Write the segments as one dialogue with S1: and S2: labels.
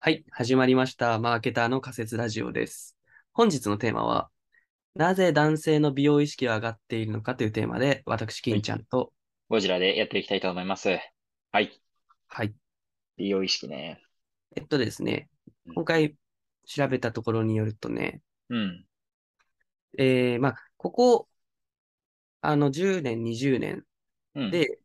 S1: はい、始まりました。マーケターの仮説ラジオです。本日のテーマは、なぜ男性の美容意識が上がっているのかというテーマで、私、
S2: は
S1: 金
S2: い。
S1: ちゃんと、
S2: ゴジラでやっていきたいと思います。はい。
S1: はい、
S2: 美容意識ね。
S1: えっとですね、
S2: う
S1: 今
S2: ん。
S1: 回調べたところによるとね、
S2: うん
S1: えー、まあ、ここ、あの、10年、20年
S2: うん。
S1: で、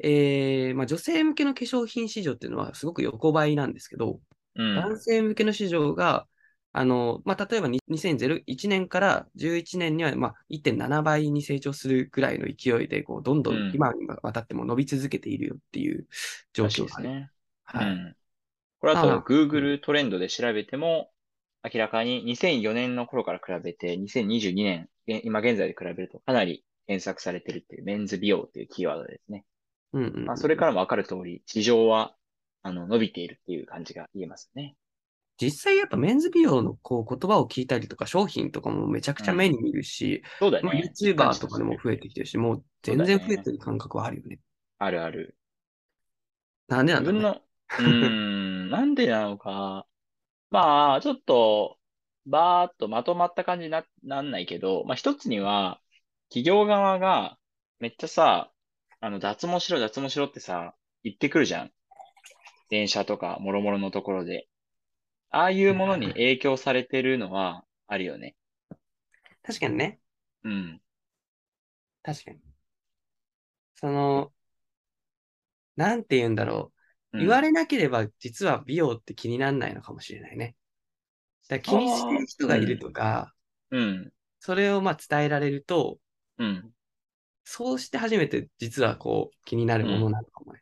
S1: えー、まあ、女性向けの化粧品市場っていうのはすごく横ばいなんですけど、
S2: う
S1: 男
S2: ん。
S1: 性向けの市場が、あの、まあ、例えばに2001年から11年には、まあ、1.7倍に成長するぐらいの勢いで、こう、どんど
S2: うんん。
S1: 今にわたっても伸び続けているよっていう状
S2: らしい
S1: 況
S2: で
S1: が
S2: す
S1: ね。
S2: ね。う
S1: はい。
S2: ん。これあ
S1: ま
S2: と、
S1: あ、うん
S2: Google トレンドで調べても、明らかに2004年の頃から比べて、2022年、げ今現在で比べるとかなり検索されてるっていう、メンズ美容っていうキーワードですね。
S1: うんう
S2: まあ、
S1: ん
S2: それ
S1: う
S2: か
S1: ん。
S2: らもわかる通り、市場は、あの、伸びているっていう感じが言えますね。
S1: 実際やっぱメンズ美容のこう言葉を聞いたりとか商品とかもめちゃく
S2: う
S1: ちゃ目
S2: ん。
S1: に見るし、
S2: そうだ
S1: まあ、
S2: ね。一般
S1: YouTuber と
S2: 人と
S1: か
S2: し
S1: でも
S2: て。
S1: 増えてきてるし、もう
S2: そう
S1: 全
S2: だ
S1: 然増えて
S2: ね。
S1: る感覚はあるよね。
S2: あるある。
S1: なんでな
S2: 自
S1: んだろ
S2: 分
S1: うね。
S2: の、うー ん、なんでなのか。まあ、ちょっと、ばーっとまとまった感じにな、なんないけど、まあ一つには、企業側が、めっちゃさ、あの、脱毛しろ、脱毛しろってさ、言ってくるじゃん。電車とか、もろもろのところで。ああいうものに影響されてるのは、あるよね。
S1: 確かにね。
S2: うん。
S1: 確かに。その、なんて言うんだろう。
S2: う
S1: 言わ
S2: ん。
S1: れなければ、実は美容って気にならないのかもしれないね。だから気にして
S2: あ
S1: る
S2: あ、
S1: 人
S2: う
S1: がいる
S2: ん、
S1: とか、
S2: うん、
S1: それをまあ伝えられると、
S2: うん、
S1: そうして初めて実はこう気になる
S2: う
S1: もの
S2: ん。
S1: なのかもね。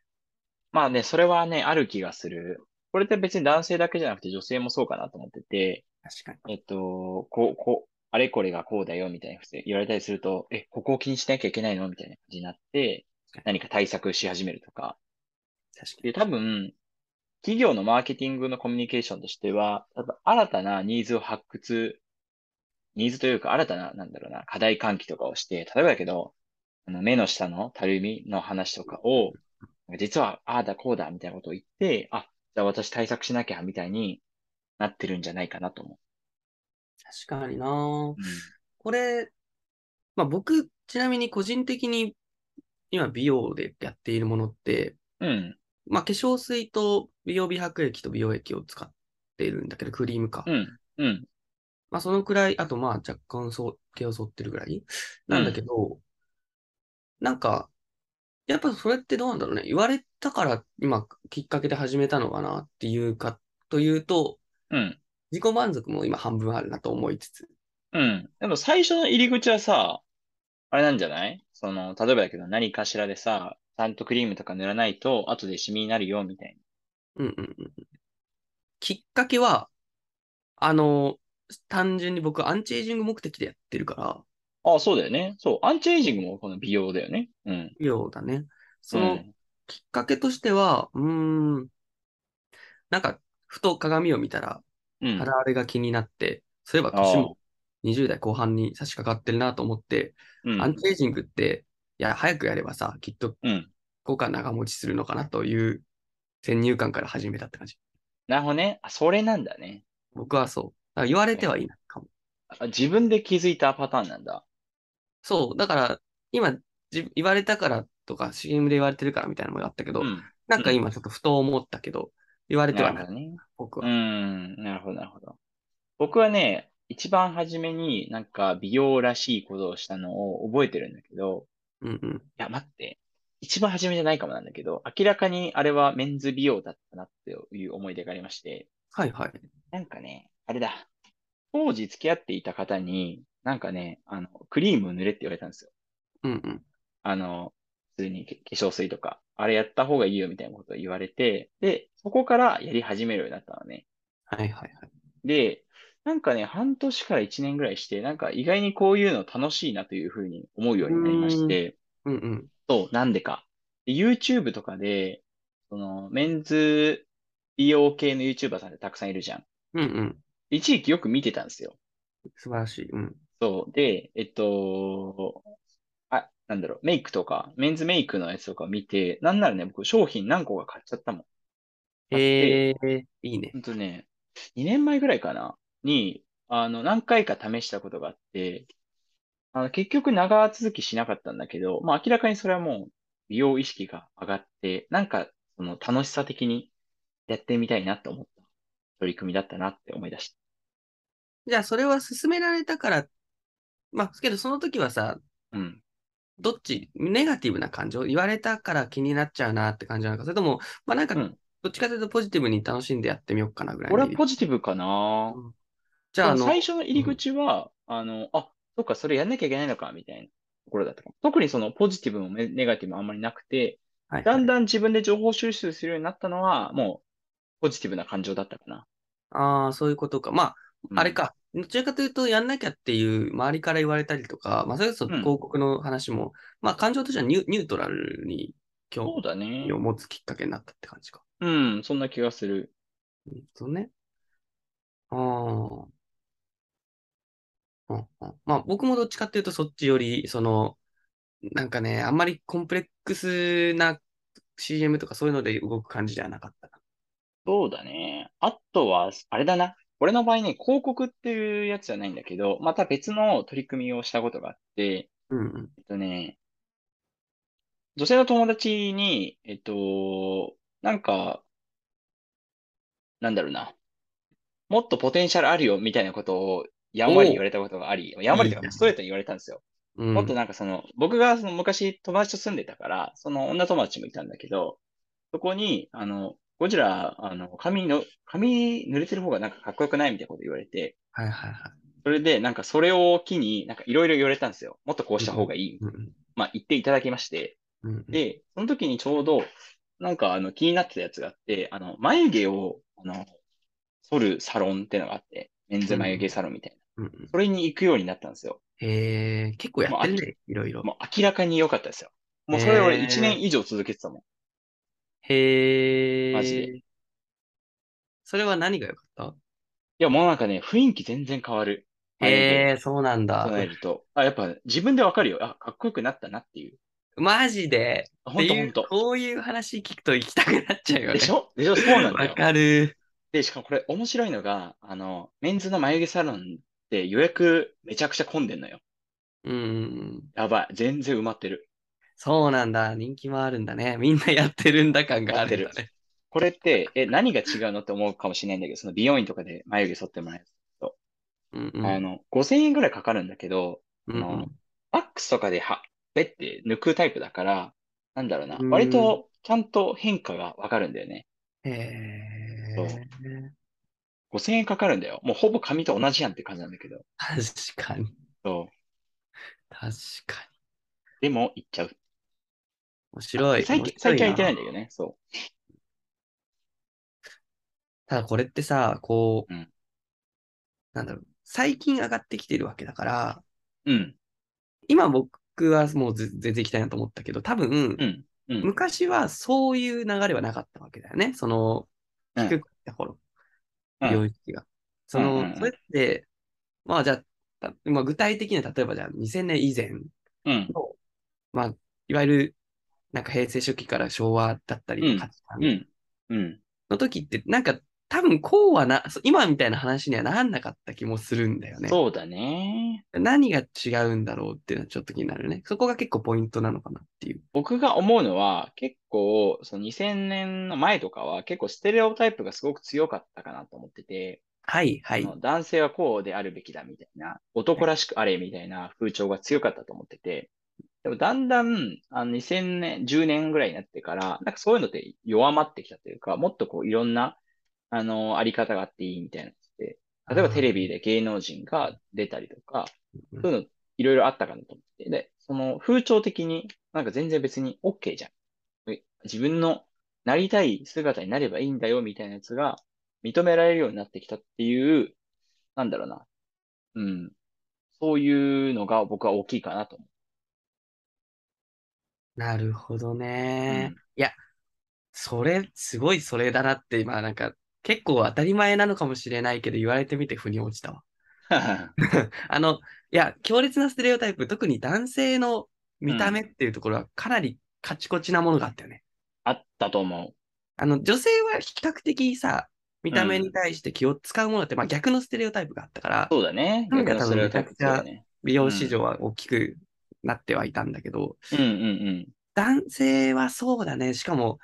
S2: まあね、それはね、ある気がする。これって別に男性だけじゃなくて女性もそうかなと思ってて、
S1: 確かに。
S2: えっと、こう、こう、あれこれがこうだよみたいな普通に言われたりすると、え、ここを気にしなきゃいけないのみたいな感じになって、
S1: 確か
S2: 何か対策し始めるとか。
S1: に。確か
S2: で、多分、企業のマーケティングのコミュニケーションとしては、多分新たなニーズを発掘、ニーズというか新たな、なんだろうな、課題喚起とかをして、例えばだけど、あの目の下のたるみの話とかを、実は、ああだこうだみたいなことを言って、あ、じゃあ私対策しなきゃみたいになってるんじゃないかなと思
S1: 確かにな。
S2: う。うん。
S1: これ、まあ僕、ちなみに個人的に今美容でやっているものって、
S2: うん。
S1: まあ化粧水と美容美白液と美容液を使っているんだけど、クリームか。
S2: うん。うん。
S1: まあそのくらい、あとまあ若干そう毛を剃ってるぐらいうなんだけ
S2: ん。
S1: ど、なんか、やっぱそれってどうなんだろうね。言われたから今きっかけで始めたのかなっていうか、というと、
S2: うん。
S1: 自己満足も今半分あるなと思いつつ。
S2: うん。でも最初の入り口はさ、あれなんじゃないその、例えばだけど何かしらでさ、ちゃんとクリームとか塗らないと、後でシミになるよ、みたい
S1: うんうんうん。きっかけは、あの、単純に僕アンチエイジング目的でやってるから、
S2: な。ああ、そうだよね。そう。アンチエイジングもこの美容だよね。うん。
S1: 美容だね。
S2: う
S1: その
S2: ん。
S1: きっかけとしては、うーん、なんか、ふと鏡を見たら、
S2: うん。
S1: 肌荒れが気になって、そういえば年
S2: ああ。
S1: も20代後半に差し掛かってるなと思って、
S2: う
S1: アン
S2: ん。
S1: チエイジングって、いや、早くやればさ、きっと
S2: うん。
S1: 効果長持ちするのかなという先入観から始めたって感じ。
S2: なるほどね。あ、それなんだね。
S1: 僕はそう。だから言われて
S2: え、
S1: はいないかも。
S2: あ自分で気づいたパターンなんだ。
S1: そう。だから、今、じ、言われたからとか、CM で言われてるからみたいなのもあったけ
S2: う
S1: ど、
S2: ん。
S1: な
S2: うん
S1: か
S2: ん。
S1: 今ちょっとふと思ったけど、言われて
S2: な
S1: は
S2: る
S1: な
S2: ほ
S1: い。
S2: どね。
S1: 僕
S2: う
S1: は。
S2: ん。なるほど、なるほど。僕はね、一番初めになんか美容らしいことをしたのを覚えてるんだけど、
S1: うんうん。
S2: いや、待って。一番初めじゃないかもなんだけど、明らかにあれはメンズ美容だったなっていう思い出がありまして、
S1: はいはい。
S2: なんかね、あれだ。当時付き合っていた方に、なんかね、あの、クリームを塗れって言われたんですよ。
S1: うんうん。
S2: あの、普通にけ化粧水とか、あれやった方がいいよみたいなことを言われて、で、そこからやり始めるようになったのね。
S1: はいはいはい。
S2: で、なんかね、半年から一年ぐらいして、なんか意外にこういうの楽しいなというふうに思うよう
S1: うー
S2: になりまし
S1: ん。
S2: て、
S1: うんうん。
S2: そう、なんでか。で YouTube とかで、その、メンズ美容系の YouTuber さんってたくさんいるじゃん。
S1: うんうん。
S2: 一時期よく見てたんですよ。
S1: 素晴らしい。うん。
S2: そう。で、えっと、あ、なんだろう、メイクとか、メンズメイクのやつとか見て、なんならね、僕商品何個か買っちゃったもん。あって、
S1: ええ、いいね。
S2: ほんとね、2年前ぐらいかなに、あの、何回か試したことがあって、あの、結局長続きしなかったんだけど、まあ明らかにそれはもう美容意識が上がって、なんかその楽しさ的にやってみたいなと思った取り組みだったなって思い出し
S1: じゃあ、それは勧められたから、まあ、けど、その時はさ、
S2: た。うん。
S1: どっち、ネガティブな感情、言われたから気になっちゃうなって感じなのか、それとも、まあなん
S2: う
S1: か、
S2: ん。
S1: どっちかというとポジティブに楽しんでやってみようかなぐらい
S2: 俺
S1: の
S2: は
S1: 入り
S2: ポジティブかな。
S1: うんじ
S2: で
S1: ゃあ、あ
S2: も
S1: の、
S2: 最初の入り
S1: うん
S2: 口は、あの、あ、そっか、それやんなきゃいけないのか、みたいなところだったかも。特にそのポジティブもネネガティブもあんまりなくて、
S1: はい
S2: だ
S1: は
S2: ん
S1: い。
S2: だん自分で情報収集するようになったのは、もうポジティブな感情だったかな。
S1: ああ、そういうことか。まあ、
S2: う
S1: あれ
S2: ん。
S1: か。どちらかというと、やんなきゃっていう、周りから言われたりとか、まあ、それこそ
S2: う
S1: 広
S2: ん。
S1: 告の話も、まあ、感情としてはニュ、ニュートラルに興
S2: そうだ
S1: 味を
S2: ね。
S1: 持つきっかけになったって感じか。
S2: うん、そんな気がする。
S1: うんそうね。ああ、うんうんまあ、僕もどっちかっていうと、そっちより、その、なんかね、あんまりコンプレックスな CM とかそういうので動く感じではなかったな。
S2: そうだね。あとは、あれだな。俺の場合ね、広告っていうやつじゃないんだけど、また別の取り組みをしたことがあって、
S1: うんうん。
S2: えっとね、女性の友達に、えっと、なんか、なんだろうな。もっとポテンシャルあるよ、みたいなことを、やんわり
S1: お
S2: 言わ
S1: お、
S2: れたことがあり、やんわり
S1: い
S2: と
S1: いじ
S2: いうか、
S1: ゃ
S2: ストレー
S1: ん。
S2: トに言われたんですよ。
S1: う
S2: もっと
S1: ん。
S2: なんかその、僕がその昔友達と住んでたから、その女友達もいたんだけど、そこに、あの、ゴジラ、あの、髪の、髪濡れてる方がなんかかっこよくないみたいなこと言われて、
S1: はいはいはい。
S2: それでなんかそれを機に、なんかいろいろ言われたんですよ。もっとこう
S1: う
S2: した
S1: ん
S2: 方がいい。
S1: うんうん
S2: まあ言っていただきまして。
S1: うんうん
S2: で、その時にちょうど、なんかあの気になってたやつがあって、あの、眉毛を、あの、剃るサロンってのがあって、メン
S1: う
S2: ズ
S1: ん
S2: 眉毛サロンみたいな。
S1: うんうん
S2: それに行くようになったんですよ。
S1: へえ、結構や
S2: も
S1: っ
S2: う
S1: てる
S2: あき、
S1: ね、いろいろ。
S2: もう明らかに良かったですよ。もうそれ俺1
S1: へえ、
S2: 年以上続けてたもん。マジで。
S1: へえ、それは何が良かった
S2: いや、もうなんかね、雰囲気全然変わる。眉毛
S1: へえ、そうなんだ。
S2: 整え
S1: う
S2: ると。あ、やっぱ自分でわかるよ。あ、かっこよくなったなっていう。
S1: マジでっ
S2: ほ
S1: てい
S2: んとほん
S1: う、
S2: と。
S1: こういう話聞くと行きたくなっちゃうよ
S2: でし
S1: ね。
S2: ょでしょそうなんだ
S1: わ
S2: よ。
S1: かる。
S2: で、しかもこれ面白いのが、あの、メンズの眉毛サロンって予約めちゃくちゃ混んでんのよ。
S1: うん。
S2: やばい。全然埋まってる。
S1: そうなんだ。人気もあるんだね。みんなやってるんだ感
S2: 埋ま
S1: があ
S2: って
S1: るんだ
S2: る。
S1: ね。
S2: これって、え、何が違うのって思うかもしれないんだけど、その美容院とかで眉毛剃ってもらえると、
S1: うんう
S2: あ
S1: ん。
S2: の、5000円ぐらいかかるんだけど、
S1: う
S2: あ
S1: んう
S2: の、
S1: ん。
S2: ワックスとかでは、べって抜くタイプだから、なんだろう
S1: う
S2: な。割
S1: ん。
S2: とちゃんと変化がわかるんだよね。
S1: へ
S2: そう。
S1: え。
S2: 5000円かかるんだよ。もうほぼ紙と同じやんって感じなんだけど。
S1: 確かに。
S2: そう。
S1: 確かに。
S2: でも、行っちゃう。
S1: 面
S2: あ、
S1: 白い。
S2: 最
S1: 面
S2: 近、
S1: 白
S2: 最
S1: い
S2: 近は行けないんだけど
S1: な。
S2: ね。そ
S1: ただこれってさ、こ
S2: う。うん。
S1: う、なんだろう。最近上がってきてるわけだから、
S2: うん。
S1: 今僕はもうぜ全然行きたいなと思ったけど、多分、
S2: うん。うん。
S1: 昔はそういう流れはなかったわけだよね。その、
S2: うん。
S1: 低くった頃、
S2: う
S1: 美容
S2: ん。
S1: 意識が。
S2: う
S1: そ
S2: ん。う
S1: の、それっ
S2: ん。
S1: て、まあじゃあ、たまあ、具体的には例えばじゃあ2000年以前
S2: うん。
S1: の、まあ、いわゆる、なんか平成初期から昭和だったり
S2: う
S1: の価
S2: ん。
S1: 値観
S2: うん。うん。
S1: の時って、なんか多分こうはな、そう今みたいな話にはなんなかった気もするんだよね。
S2: そうだね。
S1: 何が違うんだろうっていうのはちょっと気になるね。そこが結構ポイントなのかなっていう。
S2: 僕が思うのは、結構、その2000年の前とかは、結構ステレオタイプがすごく強かったかなと思ってて、
S1: はいは
S2: あ
S1: い。
S2: の、男性はこうであるべきだみたいな、男らしくあれみたいな風潮が強かったと思ってて、でもだんだん、あの2000年、10年ぐらいになってから、なんかそういうのって弱まってきたというか、もっとこういろんな、あの、あり方があっていいみたいなので、例えばテ
S1: あ
S2: レビで芸能人が出たりとか、
S1: ーう
S2: そ
S1: ん
S2: ういうのいろいろあったかなと思って、で、その風潮的になんか全然別に OK じゃん。え自分のなりたい姿になればいいんだよみたいなやつが認められるようになってきたっていう、なんだろうな。うん。そういうのが僕は大きいかなと思
S1: なるほど
S2: う。う
S1: ね。
S2: ん。
S1: いや、それ、すごいそれだなって、まあなんか、結構当たり前なのかもしれないけど、言われてみて腑に落ちたわ。 あの、いや、強烈なステレオタイプ、特に男性の
S2: う
S1: 見た
S2: ん。
S1: 目っていうところは、かなりカチコチなものがあったよね。
S2: あったと思う。
S1: あの、女性は比較的さ、見た目に対して気を使うものって、まあ逆のステレオタイプがあったから、
S2: そうだね。
S1: なんか
S2: 逆のステレオタイプだよね。
S1: 美容市場は大きくなってはいたんだけど、
S2: うんうん
S1: 男性はそうだね。しかも、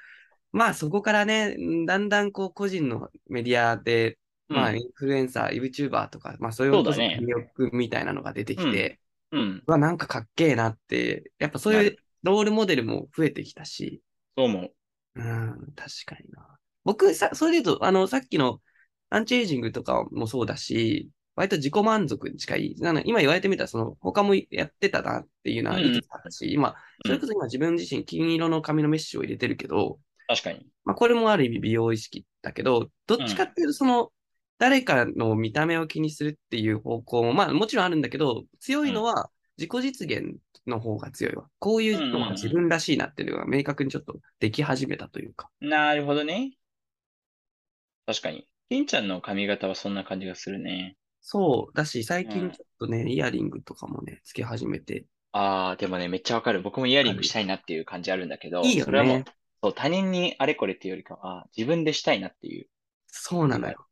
S1: まあそこからね、んだんだんこう個人のメディアで、
S2: うん。
S1: まあ
S2: うん
S1: インフルエンサー、YouTuber とか、まあそういう
S2: そう
S1: こ
S2: だ
S1: そ
S2: ね
S1: 魅力みたいなのが出てきて、
S2: うん。
S1: うわ、なんかかっけえなって、やっぱそう
S2: な
S1: いう
S2: る
S1: ロールモデルも増えてきたし、
S2: そう思う。
S1: うん、確かにな。僕さ、それで言うと、あの、さっきのアンチエイジングとかもそうだし、割と自己満足に近い。なの今言われてみたら、その、他もやってたなっていうのは
S2: うん
S1: いくつかあったし、今、それこそ今自分自身金色の髪のメッシュを入れてるけど、
S2: 確かに。
S1: まあ、これもある意味美容意識だけど、どっちかっていうと、その、誰かの見た目を気にするっていう方向も、まあもちろんあるんだけど、強いのは自己実現の方が強いわ。こういうのが自分らしいなっていうのが明確にちょっとでき始めたというか。
S2: なるほどね。確かに。金ちゃんの髪型はそんな感じがするね。
S1: そうだし、最
S2: う
S1: 近
S2: ん
S1: ちょっとね、イヤリングとかもね、つけ始めて。
S2: ああ、でもね、めっちゃわかる。僕もイヤリングしたいなっていう感じあるんだけど、
S1: いいよ
S2: それはもう
S1: ね。
S2: そう、他人にあれこれっていうよりかは、自分でしたいなっていう。い
S1: そうなのよ。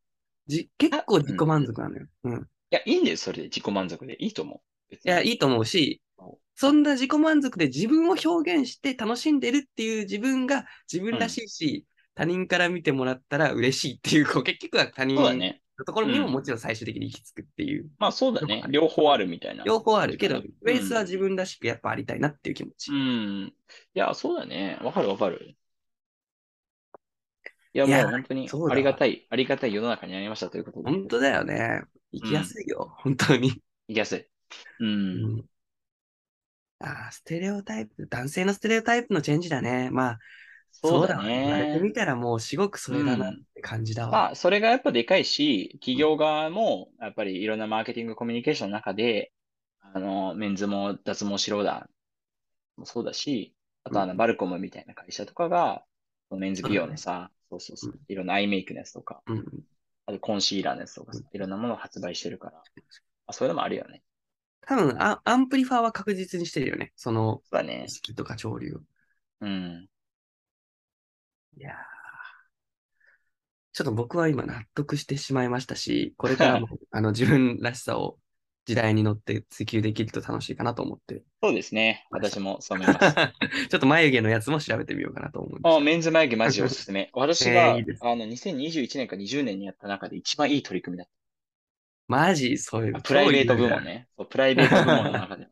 S1: じ結構自己満足なのよ。うん。い
S2: や、いいんだよ、それで。自己満足で。いいと思う。別に
S1: や、いいと思うし
S2: そ、
S1: そんな自己満足で自分を表現して楽しんでるっていう自分が自分らしいし、他人から見てもらったら嬉しいっていう、こう結局は他人
S2: そうだね。
S1: のところにも
S2: うん
S1: もちろん最終的に行き着くっていう、
S2: まあ、そうだね。両方あるみたいな。
S1: 両方あるけど、
S2: う
S1: ベ
S2: ん
S1: ースは自分らしくやっぱありたいなっていう気持ち。
S2: うん。いや、そうだね。わかるわかる。いや、
S1: い
S2: もう
S1: や
S2: 本当に
S1: そうだわ
S2: ありがたい、ありがたい世の中になりましたということで。
S1: 本当だよね。行きやすいよ、本当に。
S2: いきやすい。うん。
S1: うんああ、ステレオタイプ、男性のステレオタイプのチェンジだね。まあ、
S2: そうだ
S1: わ言われて
S2: ね。
S1: みたらもうすごくそれだなっ
S2: うん
S1: て感じだわ。
S2: まあ、それがやっぱでかいし、企業側も、やっぱりいろんなマーケティングコミュニケーションの中で、あの、メンズも脱毛しろだ、もそうだし、あとあ
S1: う
S2: の、
S1: ん
S2: バルコムみたいな会社とかが、メンズ美容のさ、そうそうそうう、いろんなアイメイクのやつとか、
S1: うん、
S2: あとコンシーラーのやつとかさ
S1: う
S2: いろんなものを発売してるから、まあ、そういうのもあるよね。
S1: 多分ア、アンプリファーは確実にしてるよね。その、
S2: そうだね
S1: 意。識とか潮流を。
S2: うん。
S1: いやーちょっと僕は今納得してしまいましたし、これから もあの自分らしさを時代に乗って追求できると楽しいかなと思って。
S2: そうですね。私もそう思います。
S1: ちょっと眉毛のやつも調べてみようかなと思います。
S2: あメンズ眉毛マジおすすめ。私
S1: え
S2: が、
S1: ーいいです
S2: あの、2021年か20年にやった中で一番いい取り組みだっ
S1: マジ、そういう
S2: た。。プライベート
S1: 超い
S2: 部
S1: いな
S2: 門。ね。そうプライベート部門の 中で。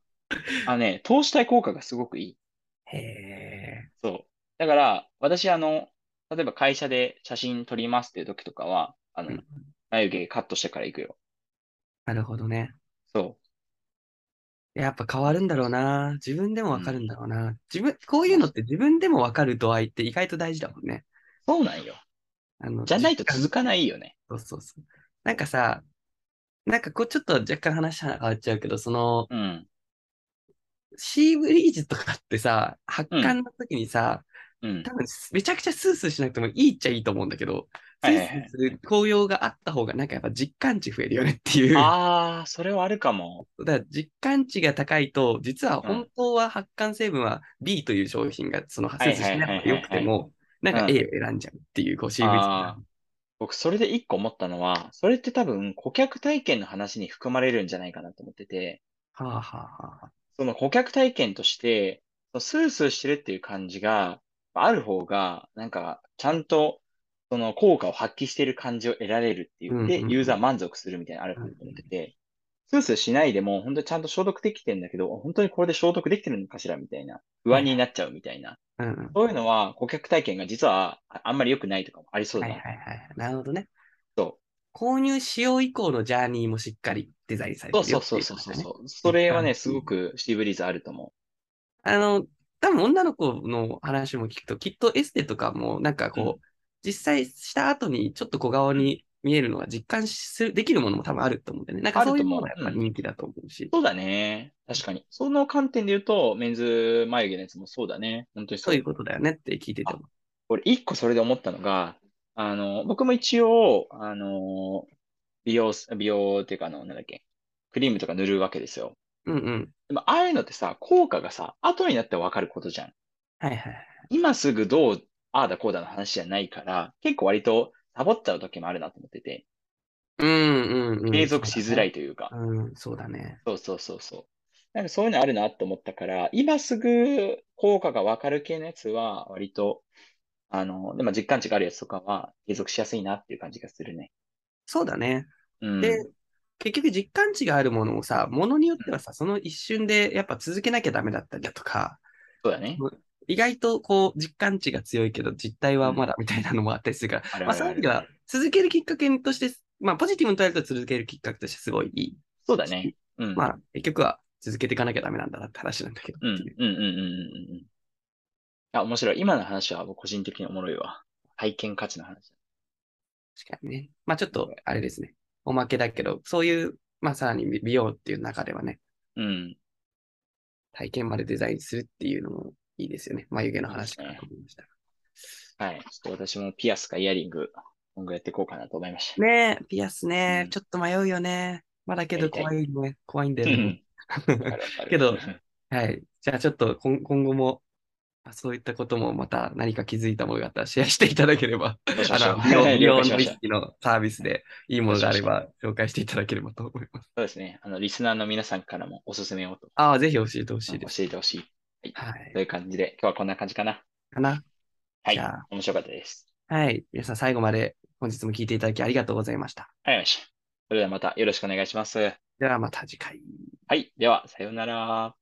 S2: あのね、投資対効果がすごくいい。
S1: へえ。
S2: そう。だから、私、あの、例えば会社で写真撮りますっていう時とかは、あの
S1: うん、
S2: 眉毛カットしてから行くよ。
S1: なるほどね。
S2: そ
S1: やっぱ変わるんだろうな。自分でもわかるんだろうな。自分、こういうのって自分でもわかる度合いって意外と大事だもんね。
S2: う。そうなんよ。
S1: あの
S2: じゃないと
S1: く。
S2: 続かないよね。
S1: そうそうそう。なんかさ、なんかこうちょっと若干話変わっちゃうけど、その、
S2: うん。
S1: シーブリーズとかってさ、発汗の時にさ、
S2: うん。
S1: 多分めちゃくちゃスースーしなくてもいいっちゃいいと思うんだけど、ス
S2: はいは
S1: ー
S2: いはい
S1: スーする効用があった方がなんかやっぱ実感値増えるよねっていう。
S2: ああ、それはあるかも。
S1: だから実感値が高いと、実は本当は発汗成分は B という商品がその発生しなくてよくても、なんか
S2: うん
S1: A を選んじゃうっていう、こう CVC
S2: あー僕、それで一個思ったのは、それって多分、顧客体験の話に含まれるんじゃないかなと思ってて、
S1: はあはあはあ。
S2: その顧客体験として、そのスースーしてるっていう感じが、ある方が、なんか、ちゃんと、その効果を発揮してる感じを得られるって言って、
S1: うんうんうん
S2: ユーザー満足するみたいなのあるかなと思ってて、スースーしないでも、本当にちゃんと消毒できてんだけど、本当にこれで消毒できてるのかしらみたいな、不安になっちゃうみたいな。
S1: うんうん。
S2: そういうのは、顧客体験が実はああんまり良くないとかもありそう
S1: は
S2: だ
S1: い
S2: な
S1: はいはい。なるほどね。
S2: そう
S1: 購入しよう以降のジャーニーもしっかりデザインされて
S2: そう
S1: る
S2: そ
S1: よ
S2: う
S1: って
S2: そ
S1: いうう話だ
S2: そうそう
S1: ね。
S2: そう。それはね、
S1: うん
S2: すごくシーブリーズあると思
S1: あの、多分女の子の話も聞くと、きっとエステとかも、なんかこう、
S2: うん
S1: 実際した後にちょっと小顔に見えるのが実感するできるものも多分あると思うんだよね。なんかそういうものがやっぱ人気だと思うし
S2: う。。そうだね。確かに。その観点で言うと、メンズ眉毛のやつもそうだね。本当に
S1: そ
S2: そうう。
S1: いうことだよねって聞いてても。
S2: 俺、一個それで思ったのが、あの、僕も一応、あの、美容す、美容っていうか、あの、なんだっけ、クリームとか塗るわけですよ。
S1: うんうん。
S2: でも、ああいうのってさ、効果がさ、後になってわかることじゃん。
S1: はいはい。
S2: 今すぐどうああだこうだの話じゃないから、結構割とサボっちゃう時もあるなと思ってて、
S1: うんうんうん。
S2: 継続しづら
S1: い。
S2: いというか、
S1: うん、そうだね。
S2: そうそうそうそう。なんかそういうのあるなと思ったから、今すぐ効果がわかる系のやつは、割と、あの、でも実感値があるやつとかは継続しやすいなっていう感じがするね。
S1: そうだね。
S2: うん。
S1: で結局実感値があるものをさ、ものによってはさ、その一瞬でやっぱ続けなきゃダメだったりだとか、
S2: そうだね。
S1: 意外とこう実感値が強いけど実態はまだみたいなのもあったりするから、
S2: ある
S1: ま
S2: あ
S1: あそう
S2: る
S1: いう意味で
S2: ある。
S1: は続けるきっかけとして、まあポジティブに捉えると続けるきっかけとしてすごいいい。
S2: そうだね。うん。
S1: まあ結局は続けていかなきゃダメなんだなって話なんだけど。
S2: うん、
S1: っ
S2: うん
S1: ていう、
S2: うん、うん、うんうん。あ、面白い。今の話は僕個人的におもろいわ。体験価値の話。
S1: 確かにね。まあちょっとあれですね。おまけだけど、そういう、まあさらに美容っていう中ではね、
S2: うん。
S1: 体験までデザインするっていうのもいいですよね。眉毛の話から
S2: そうです
S1: 思いました。
S2: はい。ちょっと私もピアスかイヤリング、今後やっていこうかなと思いました。
S1: ねえ、ピアスね、
S2: うん
S1: ちょっと迷うよね。まあだけど
S2: やりたい
S1: 怖いね。怖いんだ
S2: う
S1: よね。
S2: んわかるわかる
S1: けど
S2: うん
S1: はい。じゃあちょっと今今後も、あそういったこともまた何か気づいたものがあったらシェアしていただけれ ば、
S2: どうしま
S1: あ
S2: しょう
S1: の、美容美
S2: 了
S1: 容
S2: 解し
S1: の
S2: ま
S1: 意
S2: した。
S1: 識のサービスでいいものがあれば紹介していただければと思います。
S2: そうですね。あの、リスナーの皆さんからもおすすめをと
S1: ああ、ぜひ教えてほし
S2: 教
S1: いです。
S2: えてほしい。
S1: はい
S2: と。いう感じで、今日はこんな感じかな。
S1: かな。
S2: は
S1: じゃ
S2: い。
S1: あ、
S2: 面白かったです。
S1: はい。皆さん最後まで本日も聞いていただきありがとうございました。
S2: ありがとうございました。それではまたよろしくお願いします。
S1: ではまた次回。
S2: はい。では、さようなら。